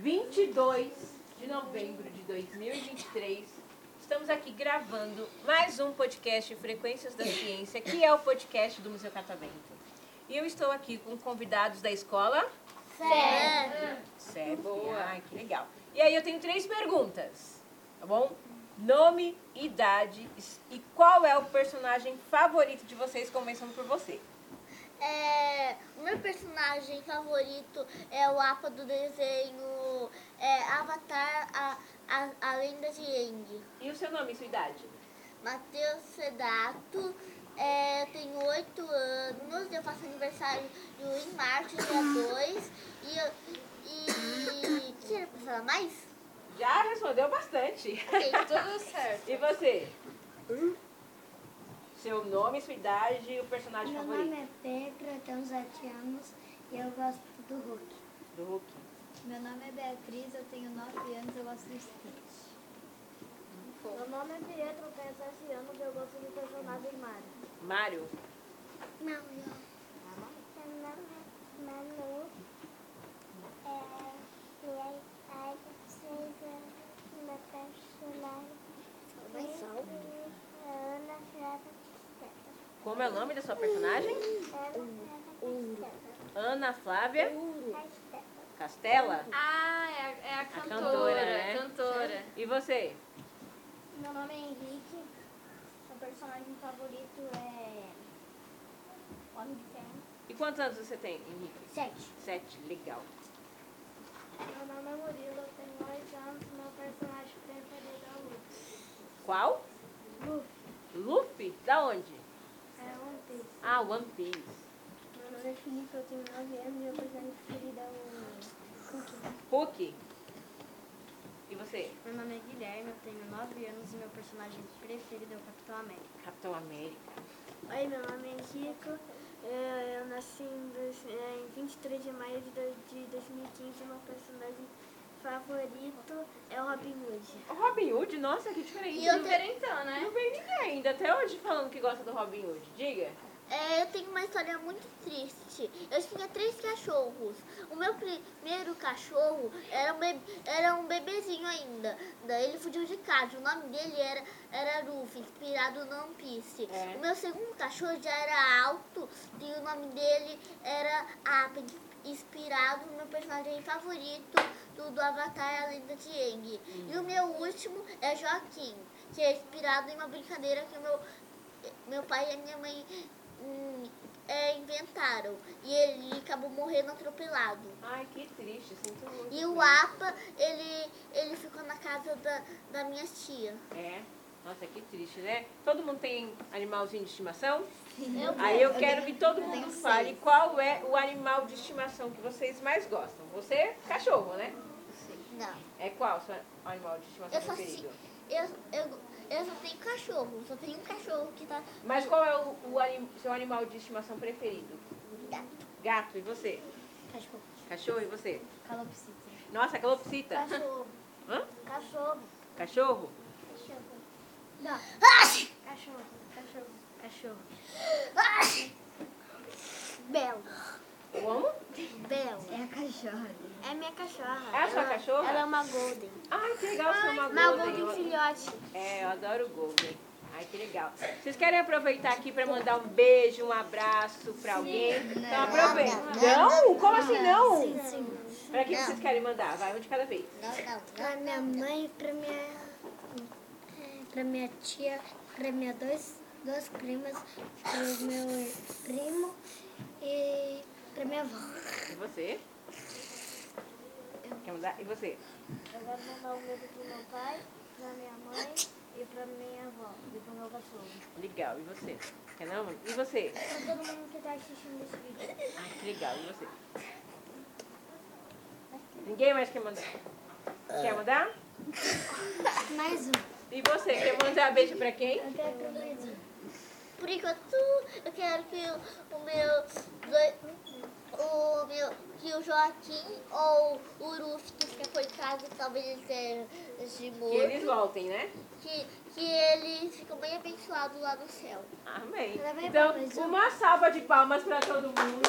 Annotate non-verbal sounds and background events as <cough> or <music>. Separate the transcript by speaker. Speaker 1: 22 de novembro de 2023. Estamos aqui gravando mais um podcast Frequências da Ciência, que é o podcast do Museu Catavento. E eu estou aqui com convidados da escola. Certo. Boa. Ai, que legal. E aí eu tenho três perguntas, tá bom? Nome, idade e qual é o personagem favorito de vocês começando por você?
Speaker 2: É, o meu personagem favorito é o Apa do desenho é, Avatar, a, a, a lenda de Aang.
Speaker 1: E o seu nome e sua idade?
Speaker 2: Matheus Sedato, é, eu tenho 8 anos, eu faço aniversário em março, dia 2. E eu. E. Você quer falar mais?
Speaker 1: Já respondeu bastante.
Speaker 2: Ok, tudo certo.
Speaker 1: E você? Seu nome, sua idade e o personagem
Speaker 3: Meu
Speaker 1: favorito
Speaker 3: nome é Pedro, eu tenho 7 anos e eu gosto do Hulk.
Speaker 4: é
Speaker 1: do Hulk.
Speaker 3: Meu nome é Beatriz, eu tenho 9 anos e eu gosto do skate.
Speaker 4: Meu nome é Pietro, eu tenho 7 anos e eu gosto de personagem Mario.
Speaker 1: Mário.
Speaker 3: Não,
Speaker 4: Meu nome é Manu. É, minha idade é 6 anos. Meu personagem é Ana Flávia Castela.
Speaker 1: Como é o nome da sua personagem?
Speaker 4: Ana Flávia Castela.
Speaker 1: Ana Flávia
Speaker 4: Castela.
Speaker 1: Castela.
Speaker 5: Ah, é a, é a cantora.
Speaker 1: cantora,
Speaker 4: é
Speaker 1: né?
Speaker 5: cantora.
Speaker 1: E você?
Speaker 4: Meu nome é Henrique. Meu personagem favorito é. Homem de Ferro.
Speaker 1: E quantos anos você tem, Henrique?
Speaker 4: Sete.
Speaker 1: Sete. Legal.
Speaker 4: Meu nome é Murilo, eu tenho 2 anos. Meu personagem preferido é o Luke.
Speaker 1: Qual? Luffy? Da onde?
Speaker 4: É One Piece.
Speaker 1: Ah, One Piece.
Speaker 4: Meu nome é Felipe, eu tenho 9 anos e meu personagem preferido é o Cookie.
Speaker 1: Hulk. E você?
Speaker 5: Meu nome é Guilherme, eu tenho 9 anos e meu personagem preferido é o Capitão América.
Speaker 1: Capitão América.
Speaker 4: Oi, meu nome é Henrico. Eu, eu nasci em, dois, eh, em 23 de maio de, dois- de 2015 e meu personagem favorito é o Robin Hood.
Speaker 1: O Robin Hood, nossa, que diferente.
Speaker 2: E eu tenho-
Speaker 5: Diferentão, né?
Speaker 1: Não veio ninguém ainda até hoje falando que gosta do Robin Hood. Diga.
Speaker 2: É, eu tenho uma história muito triste. Eu tinha três cachorros. O meu primeiro cachorro era um, be- era um bebezinho ainda. Daí ele fugiu de casa. O nome dele era, era Luffy, inspirado no One Piece.
Speaker 1: É.
Speaker 2: O meu segundo cachorro já era alto e o nome dele era Ape, inspirado no meu personagem favorito do, do Avatar, a lenda de Aang. E o meu último é Joaquim, que é inspirado em uma brincadeira que o meu meu pai e a minha mãe hum, é, inventaram. E ele acabou morrendo atropelado.
Speaker 1: Ai, que triste. Sinto muito.
Speaker 2: E o
Speaker 1: mesmo.
Speaker 2: Apa, ele, ele ficou na casa da, da minha tia.
Speaker 1: É. Nossa, que triste, né? Todo mundo tem animalzinho de estimação?
Speaker 2: Eu
Speaker 1: Aí eu quero que todo mundo fale qual é o animal de estimação que vocês mais gostam. Você, cachorro, né?
Speaker 2: Não.
Speaker 1: É qual o seu animal de estimação
Speaker 2: Eu só
Speaker 1: preferido?
Speaker 2: Eu, eu, eu só tenho cachorro. Só tenho um cachorro que tá.
Speaker 1: Mas qual é o, o anim- seu animal de estimação preferido?
Speaker 2: Gato.
Speaker 1: Gato, e você?
Speaker 2: Cachorro.
Speaker 1: Cachorro, e você?
Speaker 3: calopsita.
Speaker 1: Nossa, calopsita.
Speaker 4: Cachorro.
Speaker 1: Hã?
Speaker 4: Cachorro.
Speaker 1: Cachorro?
Speaker 4: Cachorro. Cachorro. Cachorro.
Speaker 5: Cachorro.
Speaker 4: Belo.
Speaker 1: Como?
Speaker 4: Belo.
Speaker 3: É a cachorra.
Speaker 4: É minha cachorra.
Speaker 1: É a sua cachorra?
Speaker 4: Ela é uma Golden.
Speaker 1: Ai, que legal, seu uma
Speaker 4: Uma
Speaker 1: golden.
Speaker 4: Golden
Speaker 1: Eu-
Speaker 4: filhote.
Speaker 1: É, eu adoro o Golden. Ai, que legal. Vocês querem aproveitar aqui para mandar um beijo, um abraço para alguém? Então aproveita. Não? Como assim não? Sim, sim. Para quem
Speaker 2: Não.
Speaker 1: vocês querem mandar? Vai, um de cada vez.
Speaker 2: Não, não.
Speaker 3: Pra minha mãe, pra minha, pra minha tia, pra minha dois, duas primas, pro meu primo e pra minha avó.
Speaker 1: E você? Quer mandar? E você?
Speaker 4: Eu quero mandar um beijo pro meu pai, pra minha mãe e pra minha avó e pro meu cachorro.
Speaker 1: Legal. E você? Quer não? E você?
Speaker 4: Pra todo mundo que tá assistindo esse vídeo.
Speaker 1: Ai, que legal. E você? Ninguém mais quer mandar? Quer mandar?
Speaker 3: <laughs> Mais um.
Speaker 1: E você? Quer mandar beijo para quem?
Speaker 3: Eu quero pra mais um.
Speaker 2: Por enquanto, eu quero que o, o meu. Dois, o meu tio Joaquim ou o Rufus, que foi caso talvez ele seja
Speaker 1: Que eles
Speaker 2: morto,
Speaker 1: voltem, né?
Speaker 2: que, que eles ficam bem abençoados lá no céu.
Speaker 1: Amém.
Speaker 3: Ela vai
Speaker 1: Então,
Speaker 3: pra prisão.
Speaker 1: uma salva de palmas para todo mundo.